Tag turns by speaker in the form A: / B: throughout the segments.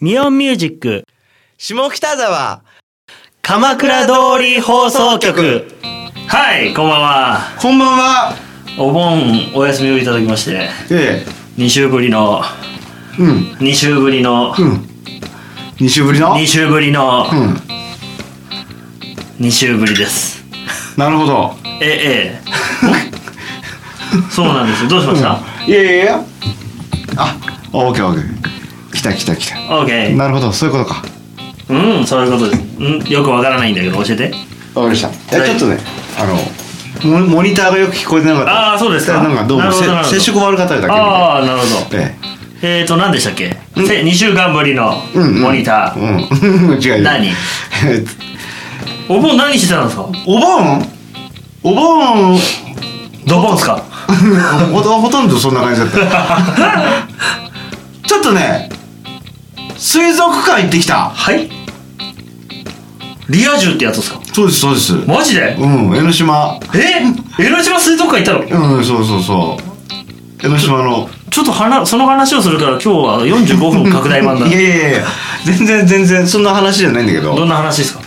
A: ミオンミュージック
B: 下北沢
A: 鎌倉通り放送局はいこんばんは
B: こんばんは
A: お盆お休みをいただきまして
B: え
A: 2週ぶりの
B: えうん
A: 2週ぶりの
B: うん2週ぶりの
A: 2週ぶりの
B: うん
A: 2週ぶりです
B: なるほど
A: えええ えそうなんですよどうしました、
B: いやいやいやあオッケーオッケー来た来た来た
A: オーケ
B: なるほどそういうことか
A: ーうんそういうことですんよくわからないんだけど教えて
B: わかりました
A: はい
B: えちょっとねあのモニモニターがよく聞こえてなかった
A: ああそうですか
B: なんかどう
A: な
B: も
A: るほ
B: せ
A: なるほ
B: 接触悪かったりだけみたいな
A: ああなるほど
B: え
A: えーと何でしたっけ、せ2週間ぶりの
B: えうんうん
A: モニター、
B: うん 違う違う
A: 何
B: えっと
A: お盆何してたんですか
B: お盆お盆
A: ドボンっすか
B: ほ とほとんどそんな感じだった ちょっとね水族館行ってきた
A: はいリア充ってやつですか
B: そうですそうですうん
A: マジで
B: 江ノ島
A: え江ノ島水族館行ったの
B: うんそうそうそう江ノ島の
A: ちょっと話その話をするから今日は45分拡大版だ
B: いやいやいや全然全然そんな話じゃないんだけど
A: どんな話ですか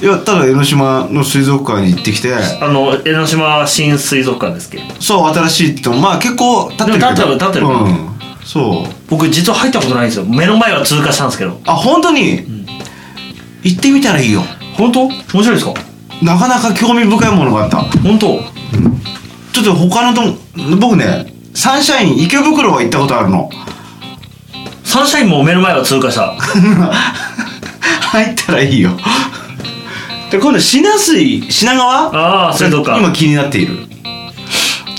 B: いやただ江ノ島の水族館に行ってきて
A: あの江ノ島新水族館ですけど
B: そう新しいってのまあ結構立ってるけど
A: でも立ってる立ってる
B: うんそう
A: 僕実は入ったことないんですよ目の前は通過したんですけど
B: あ本当に、行ってみたらいいよ
A: 本当面白いですか
B: なかなか興味深いものがあった
A: 本当
B: ちょっと他のとも僕ねサンシャイン池袋は行ったことあるの
A: サンシャインも目の前は通過 した
B: 入ったらいいよで今度品水品川
A: ああ水族館
B: 今気になっている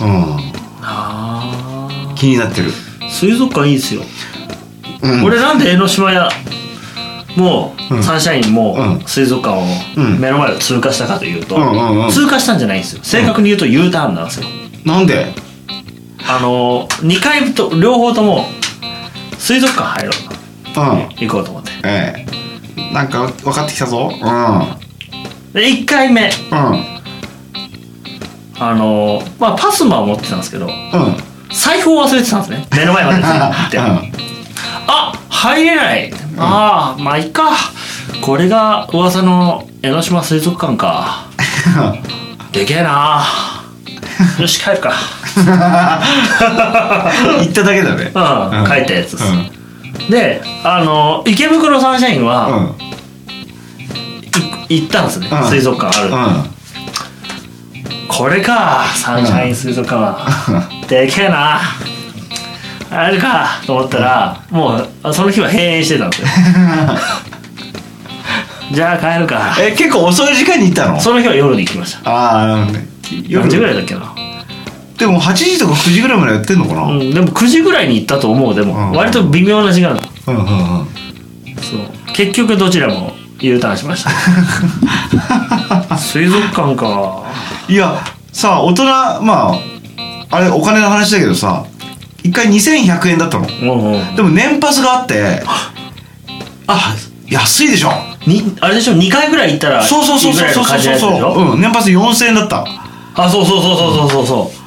B: うん
A: あ
B: 気になってる、
A: ー水族館いいですよ、
B: うん、
A: 俺なんで江ノ島やもう、
B: うん
A: サンシャインも、
B: うん
A: 水族館を
B: うん
A: 目の前を通過したかというと、
B: うんうんうん
A: 通過したんじゃないんですよ正確に言うと U ターンなんですよ、
B: なんで
A: あのー、2回と両方とも水族館入ろうと
B: うん
A: 行こうと思って
B: ええなんか分かってきたぞうんう
A: で1回目
B: ん
A: あのー、まあパスマを持ってたんですけど
B: うん
A: 財布を忘れてたんですね目の前まで行ってあ入れない、ああまあいいかこれが噂の江ノ島水族館か でけえ なよし帰るか
B: うん、行っただけだね
A: うん、
B: うん
A: 帰ったやつです、
B: う
A: であの池袋サンシャイン
B: ん
A: は、
B: うん
A: い行ったんですね、
B: うん
A: 水族館ある、これかサンシャイン水族館は、でけえなあれかと思ったら、もうあその日は閉園してたん ですよじゃあ帰るか
B: え結構遅い時間に行ったの
A: その日は夜に行きました
B: ああなるほどね
A: 4時ぐらいだっけな、
B: でも8時とか9時ぐらいまでやってんのかな、
A: うん、でも9時ぐらいに行ったと思うでも、
B: うん
A: 割と微妙な時間
B: うんうんうん
A: そう結局どちらも U ターンしました水族館か
B: いやさあ大人まああれお金の話だけどさ一回2100円だったの
A: うんうん
B: でも年パスがあってあ安いでしょ
A: にあれでしょ2回ぐらい行ったら
B: そうそうそうそうそ
A: いくら
B: うそ
A: か
B: う
A: じられるでしょ
B: そう、うん、年パス4000円だった
A: あそうそうそうそうそうそ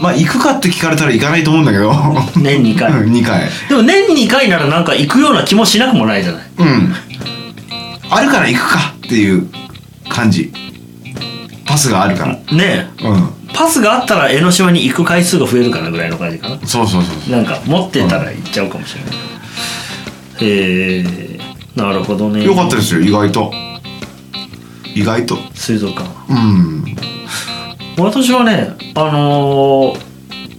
B: まあ行くかって聞かれたら行かないと思うんだけど
A: う年2回、
B: うん2回
A: でも年2回ならなんか行くような気もしなくもないじゃない
B: うんあるから行くかっていう感じパスがあるから
A: ねえ
B: うん
A: パスがあったら江ノ島に行く回数が増えるかなぐらいの感じかな
B: そうそうそう
A: なんか持ってたら行っちゃうかもしれない、へえなるほどね
B: よかったですよ意外と意外と
A: 水族館
B: うん
A: 私はねあのー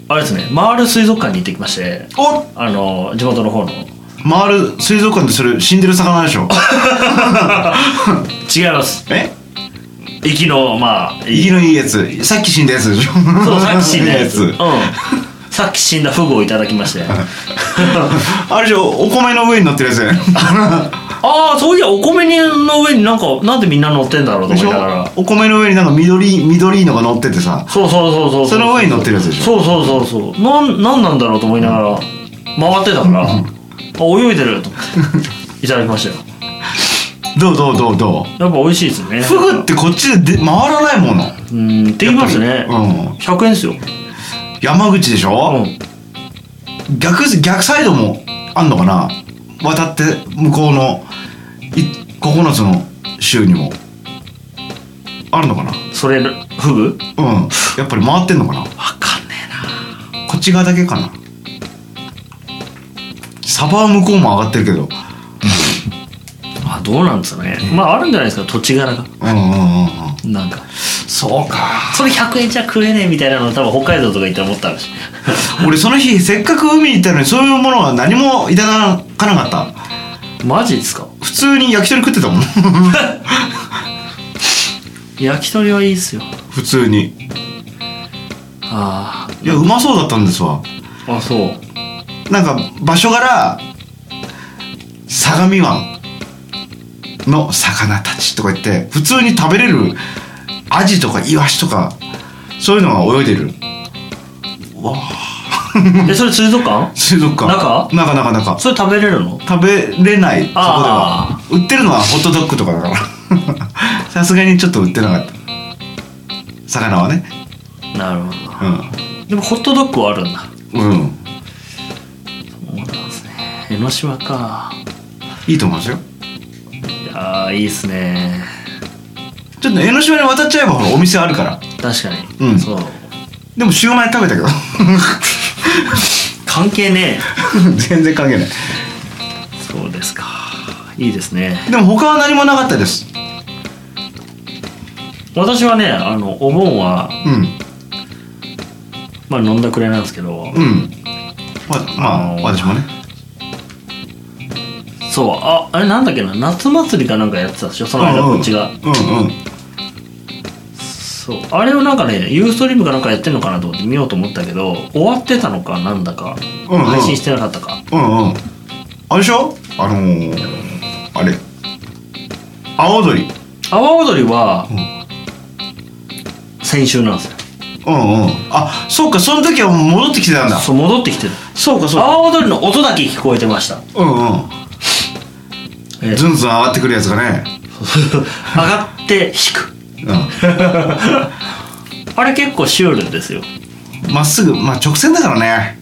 A: あれですね回る水族館に行ってきまして
B: お
A: あのー地元の方の
B: 回る水族館でそれ死んでる魚 でしょ
A: 違います
B: え
A: 行きのまあ
B: 生き のいいやつさっき死んだやつでしょ
A: そうさっき死んだ やつ
B: いい
A: うんさっき死んだフグをいただきまして
B: あれでしょお米の上に乗ってるやつ やね
A: ああそういやお米の上になんかなんでみんな乗ってんだろうと
B: で
A: 思
B: し
A: い
B: ょ
A: ながら
B: お米の上になんか緑い緑いのが乗っててさ
A: そうそうそうそう
B: その上に乗ってるやつでしょ
A: そうそうそうそうなんなんなんだろうと思いながら回ってたからあ泳いでると思 っていただきましたよ
B: どうどうどうど
A: やっぱ美味しいですね
B: うフグってこっちで出回らないもの
A: うんって言いますね
B: うん
A: 100円ですよ
B: 山口でし
A: う
B: ょ、
A: ん
B: 逆逆サイドもあんのかな渡って向こうのい9つの州にもあるのかな
A: それフグ
B: うんやっぱり回ってんのかな
A: わかんねえな
B: こっち側だけかなサバは向こうも上がってるけど
A: あどうなんですかねまああるんじゃないですか土地柄が
B: うんうんうんうん
A: なんか
B: そうか
A: それ100円じゃ食えねえみたいなの多分北海道とか行ったら思ったらしい
B: 俺その日せっかく海に行ったのにそういうものは何もいただかなかった
A: マジですか
B: 普通に焼き鳥食ってたもん
A: 焼き鳥はいいっすよ
B: 普通に
A: あ
B: いやうまそうだったんですわ
A: ーあそう
B: なんか場所柄相模湾の魚たちとか言って普通に食べれるアジとかイワシとかそういうのが泳いでるわあ
A: えそれ水族館
B: 水族館
A: 中
B: 中中 中
A: それ食べれるの
B: 食べれないそこで
A: あ
B: は売ってるのはホットドッグとかだから さすがにちょっと売ってなかった魚はね
A: なるほどでもホットドッグはあるんだ
B: うんうん
A: そうなんですね江ノ島か
B: いいと思いますよ
A: いやーいいっすね
B: ちょっと江ノ島に渡っちゃえばほらお店あるから
A: 確かに、
B: うん
A: そう
B: でもシューマイ食べたけど
A: 関係ね
B: 全然関係ない
A: えそうですかいいですね
B: でも他は何もなかったです
A: 私はねあのお盆は
B: うん
A: まあ飲んだくれなんですけど、
B: うんまま
A: あ
B: あ
A: のー
B: 私もね
A: そうああれなんだっけな夏祭りかなんかやってたでしょその間こっちが、
B: うんうん
A: そうあれをなんかねユーストリームかなんかやってんのかなと思って見ようと思ったけど終わってたのかなんだか、
B: うんうん
A: 配信してなかったか
B: うんうんあれでしょあのー、あれ青鳥
A: 阿波踊りは、先週なんですよ
B: うんうんあそうかその時は戻ってきてたんだ
A: そう戻ってきてる
B: そうか
A: 阿
B: か
A: 波踊りの音だけ聞こえてました、
B: うんうん
A: えー
B: ずんずん上がってくるやつがね
A: 上がって引く
B: う
A: あれ結構シュールですよ
B: んまっすぐまあ直線だからね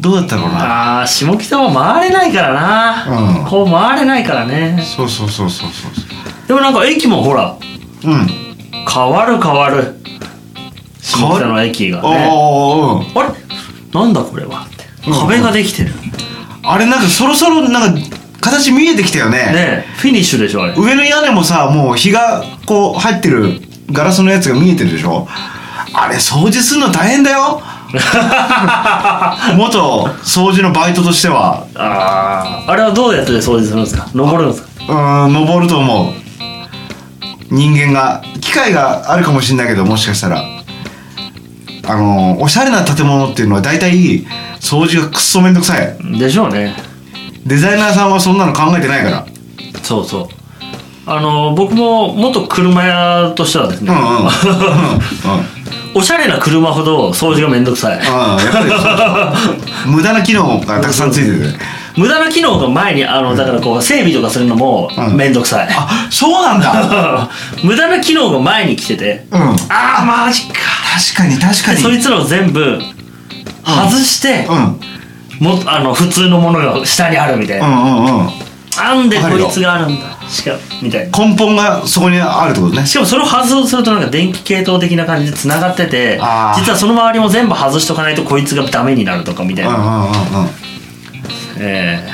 B: どうだったろうな
A: あー下北は回れないからな、
B: うん
A: こう回れないからね
B: そうそうそうそうそうそ
A: でもなんか駅もほら
B: ううん
A: 変わる変わる下北の駅が
B: お
A: ね
B: ーおーおーう
A: あ
B: ん
A: れなんだこれはって
B: うん
A: 壁ができてる、
B: あれなんかそろそろなんか形見えてきたよね
A: ねえフィニッシュでしょあれ
B: 上の屋根もさもう日がこう入ってるガラスのやつが見えてるでしょあれ掃除するの大変だよ元掃除のバイトとしては
A: あああれはどうやって掃除するんですか登るんですか
B: うーん登ると思う人間が機械があるかもしれないけどもしかしたらあのおしゃれな建物っていうのは大体掃除がくっそめんどくさい
A: でしょうね
B: デザイナーさんはそんなの考えてないから
A: そうそうあの僕も元車屋としてはです
B: う
A: ね、
B: んうんうんうん、うん、
A: おしゃれな車ほど掃除がめんどくさい、
B: やっぱりそうそう無駄な機能がたくさんついてる
A: 無駄な機能が前にあのだからこう整備とかするのも
B: うん
A: めんどくさい、
B: あそうなんだ
A: 無駄な機能が前に来てて
B: うん確
A: ああマジか
B: かに確か
A: で
B: に
A: そいつらを全部外して
B: う、ん
A: もあの普通のものが下にあるみたいな、
B: うんうんうん
A: なんでこいつがあるんだしかみたいな
B: 根本がそこにあるってことね
A: しかもそれを外そうとするとなんか電気系統的な感じでつながってて
B: あー
A: 実はその周りも全部外しとかないとこいつがダメになるとかみたい
B: うんうん
A: な、
B: うんうん
A: え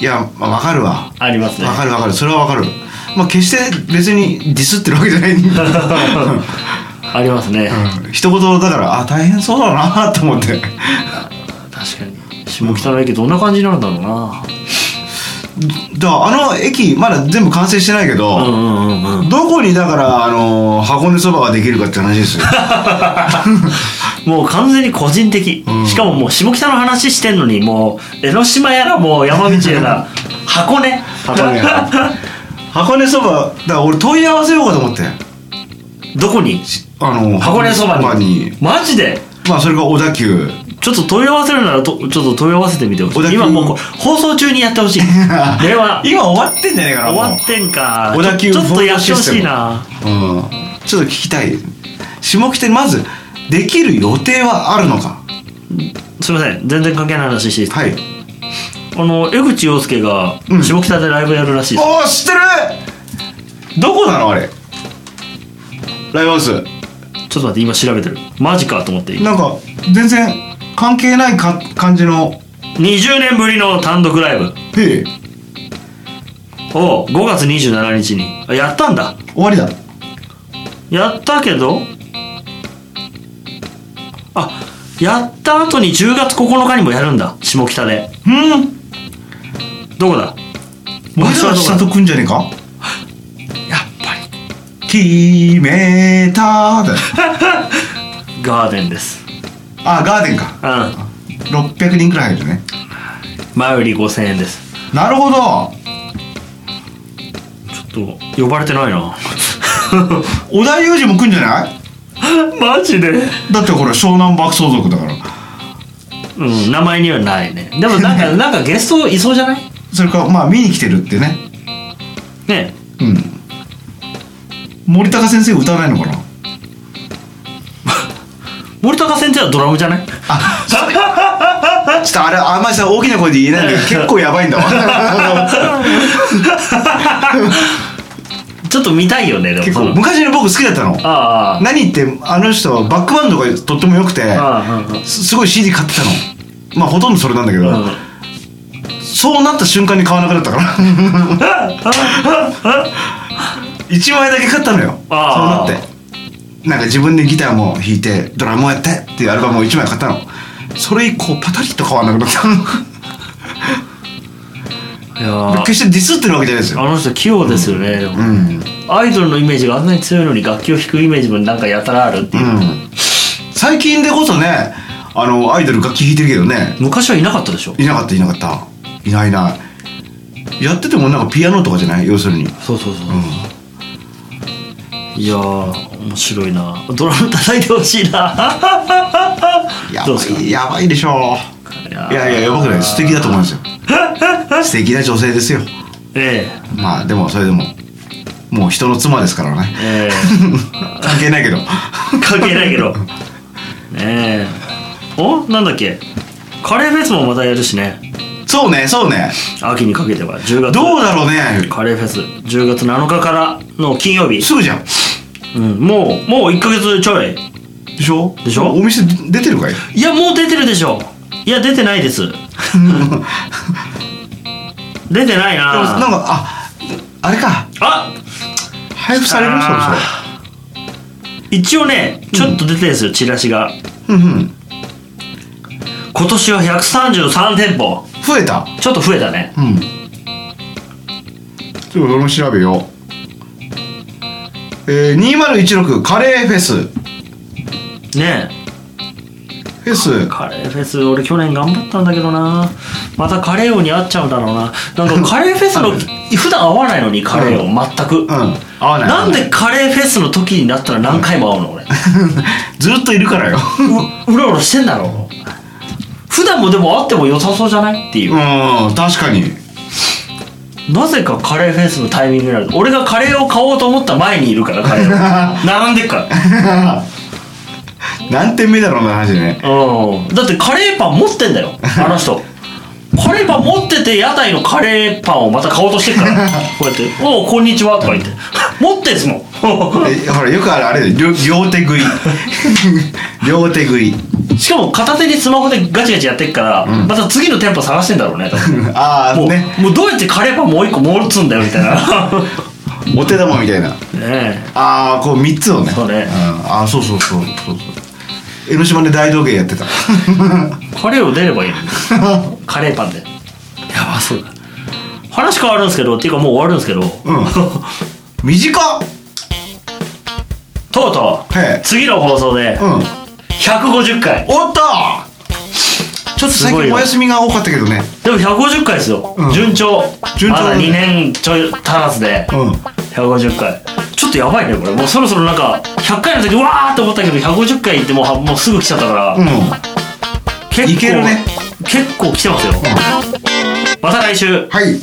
B: いやまあわかるわ
A: ーありますね
B: わかるわかるそれはわかるまあ決して別にディスってるわけじゃないんだ
A: ありますね、
B: うん一言だからあ大変そうだなと思って
A: 確かに下北の駅どんな感じになるんだろうな
B: だからあの駅まだ全部完成してないけ
A: う
B: ど、
A: んうんうんうん
B: どこにだからあの箱根そばができるかって話ですよ
A: もう完全に個人的、
B: うん
A: しかももう下北の話してんのにもう江ノ島やらもう山道やら箱根
B: 箱根箱根そばだから俺問い合わせようかと思って
A: どこに
B: あの
A: 箱根そばに
B: 箱根そば
A: マジで
B: まあそれが小田急
A: ちょっと問い合わせるならとちょっと問い合わせてみてほし
B: 小田
A: い
B: 急
A: 今もうこう放送中にやって ほしい電話
B: 今終わってんじゃねえかな
A: 終
B: もう
A: わってんか
B: 小田急
A: ちょちょっとやって
B: シ
A: ほ
B: ステム
A: しいな
B: うんちょっと聞きたい下北まずできる予定はあるのか
A: すいません全然関係ない話していいですか
B: はい
A: あの江口洋介が
B: うん
A: 下北でライブやるらしいです、
B: おお知ってるどこなのあれライブハウス
A: ちょっと待って今調べてるマジかと思って今
B: なんか全然関係ないか感じの
A: 20年ぶりの単独ライブ
B: へえ
A: を5月27日にあやったんだ
B: 終わりだ
A: やったけどあやった後に10月9日にもやるんだ下北で
B: うん
A: どこだ
B: 森
A: 場所は
B: 永
A: ど
B: 千
A: こだ
B: 里くんじゃねえか
A: やっぱり
B: 決めただよ
A: ガーデンです
B: あガーデンか
A: うん
B: 600人くらい入るね
A: 前より5000円です
B: なるほど
A: ちょっと呼ばれてないな
B: 織田裕二も来んじゃない
A: マジで
B: だってほら湘南爆走族だから
A: うん名前にはないねでもなん かなんかゲストいそうじゃない
B: それかまあ見に来てるってね
A: ね
B: うん森高先生歌わないのかな
A: 森高先生はドラムじゃない
B: あちょっとあれあんまりさ大きな声で言えないんだけど結構やばいんだわ
A: ちょっと見たいよねでも
B: 結
A: そ
B: 構
A: の
B: 昔に僕好きだったの
A: ああ
B: 何ってあの人はバックバンドがとっても良くて
A: ああうんうん
B: すすごい CD 買ってたのまあほとんどそれなんだけど、
A: う
B: そうなった瞬間に買わなくなったから一枚だけ買ったのよそうな
A: あー
B: ってなんか自分でギターも弾いてドラムもやってっていうアルバムを一枚買ったのそれ以降パタリと買わなくなったの
A: んいやー
B: 決してディスってるわけじゃないですよ
A: あの人器用ですよね、でも
B: うん
A: アイドルのイメージがあんなに強いのに楽器を弾くイメージもなんかやたらあるって
B: う
A: いう、
B: ん最近でこそねあのアイドル楽器弾いてるけどね
A: 昔はいなかったでしょ
B: いなかったいなかったいないいないやっててもなんかピアノとかじゃない要するに
A: そうそうそう、いやー面白いなドラム叩いてほしいな
B: や
A: どう
B: ば
A: ですか
B: いやばいでしょ
A: い
B: いやいややばくない素敵だと思います よ素敵な女性ですよ
A: え
B: まあでもそれでももう人の妻ですから
A: え
B: ね
A: ええ
B: 関係ないけど
A: 関係ないけどねえおなんだっけカレーフェスもまたやるしね
B: そうねそうね
A: 秋にかけては10月
B: どうだろうね
A: カレーフェス10月7日からの金曜日、
B: すぐじゃん
A: うん、もうもう1ヶ月ちょい
B: でしょ
A: でしょ
B: お店出てるかい
A: いやもう出てるでしょいや出てないです出てない
B: でもなん
A: な
B: か ああれか
A: あ
B: 配布されるそろそろ
A: 一応ねちょっと出てるんですよ、チラシが
B: うんうん
A: 今年は133店舗
B: 増えた
A: ちょっと増えたね
B: うんちょっと俺も調べようえー、2016カレーフェス
A: ね
B: フェス
A: えカレーフェス俺去年頑張ったんだけどなまたカレー王に会っちゃうんだろうななんかカレーフェスの普段会わないのにカレー王全く、
B: うん合わない
A: なんでカレーフェスの時になったら何回も会うの俺
B: ずっといるから よ
A: ううろうろしてんだろう普段もでも会っても良さそうじゃないっていう
B: うん確かに
A: なぜかカレーフェスのタイミングになる俺がカレーを買おうと思った前にいるからカレー を並んでっか
B: 何点目だろうな話ね
A: らうんだってカレーパン持ってん だよあの人カレーパン持ってて屋台のカレーパンをまた買おうとしてっから こうやって「おおこんにちは」とか言って持ってんすもん
B: えほらよくあるあれで両両手 食い両手食い
A: しかも片手にスマホでガチガチやってっから、また次の店舗探してんだろう ね多分
B: あ
A: も
B: あ
A: う,、
B: ね
A: もうどうやってカレーパンもう一個持つんだよみたい なね
B: お手玉みたいな
A: え
B: ああこう3つをね
A: そうね
B: ん、ああそうそうそうそうそう江ノ島で大道芸やってた
A: カレーを出ればいいのに カレーパンでやばそうだ話変わるんですけどっていうかもう終わるんですけど、
B: ん短っ
A: とうとう、
B: はい
A: 次の放送で
B: うんおっ
A: 150回
B: とちょっと
A: す
B: 最
A: ごい
B: 近
A: よ
B: お休みが多かったけどね
A: でも150回ですよ、
B: うん
A: 順調
B: 順調
A: まだ
B: だね
A: 2年ちょい足らずで
B: うん
A: 150回ちょっとやばいねこれもうそろそろなんか100回の時うわーって思ったけど150回ってもうはもうすぐ来ちゃったから、
B: うん
A: 結構
B: いけるね
A: 結構来てますよ、また来週
B: はい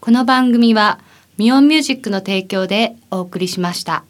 C: この番組はミオンミュージックの提供でお送りしました。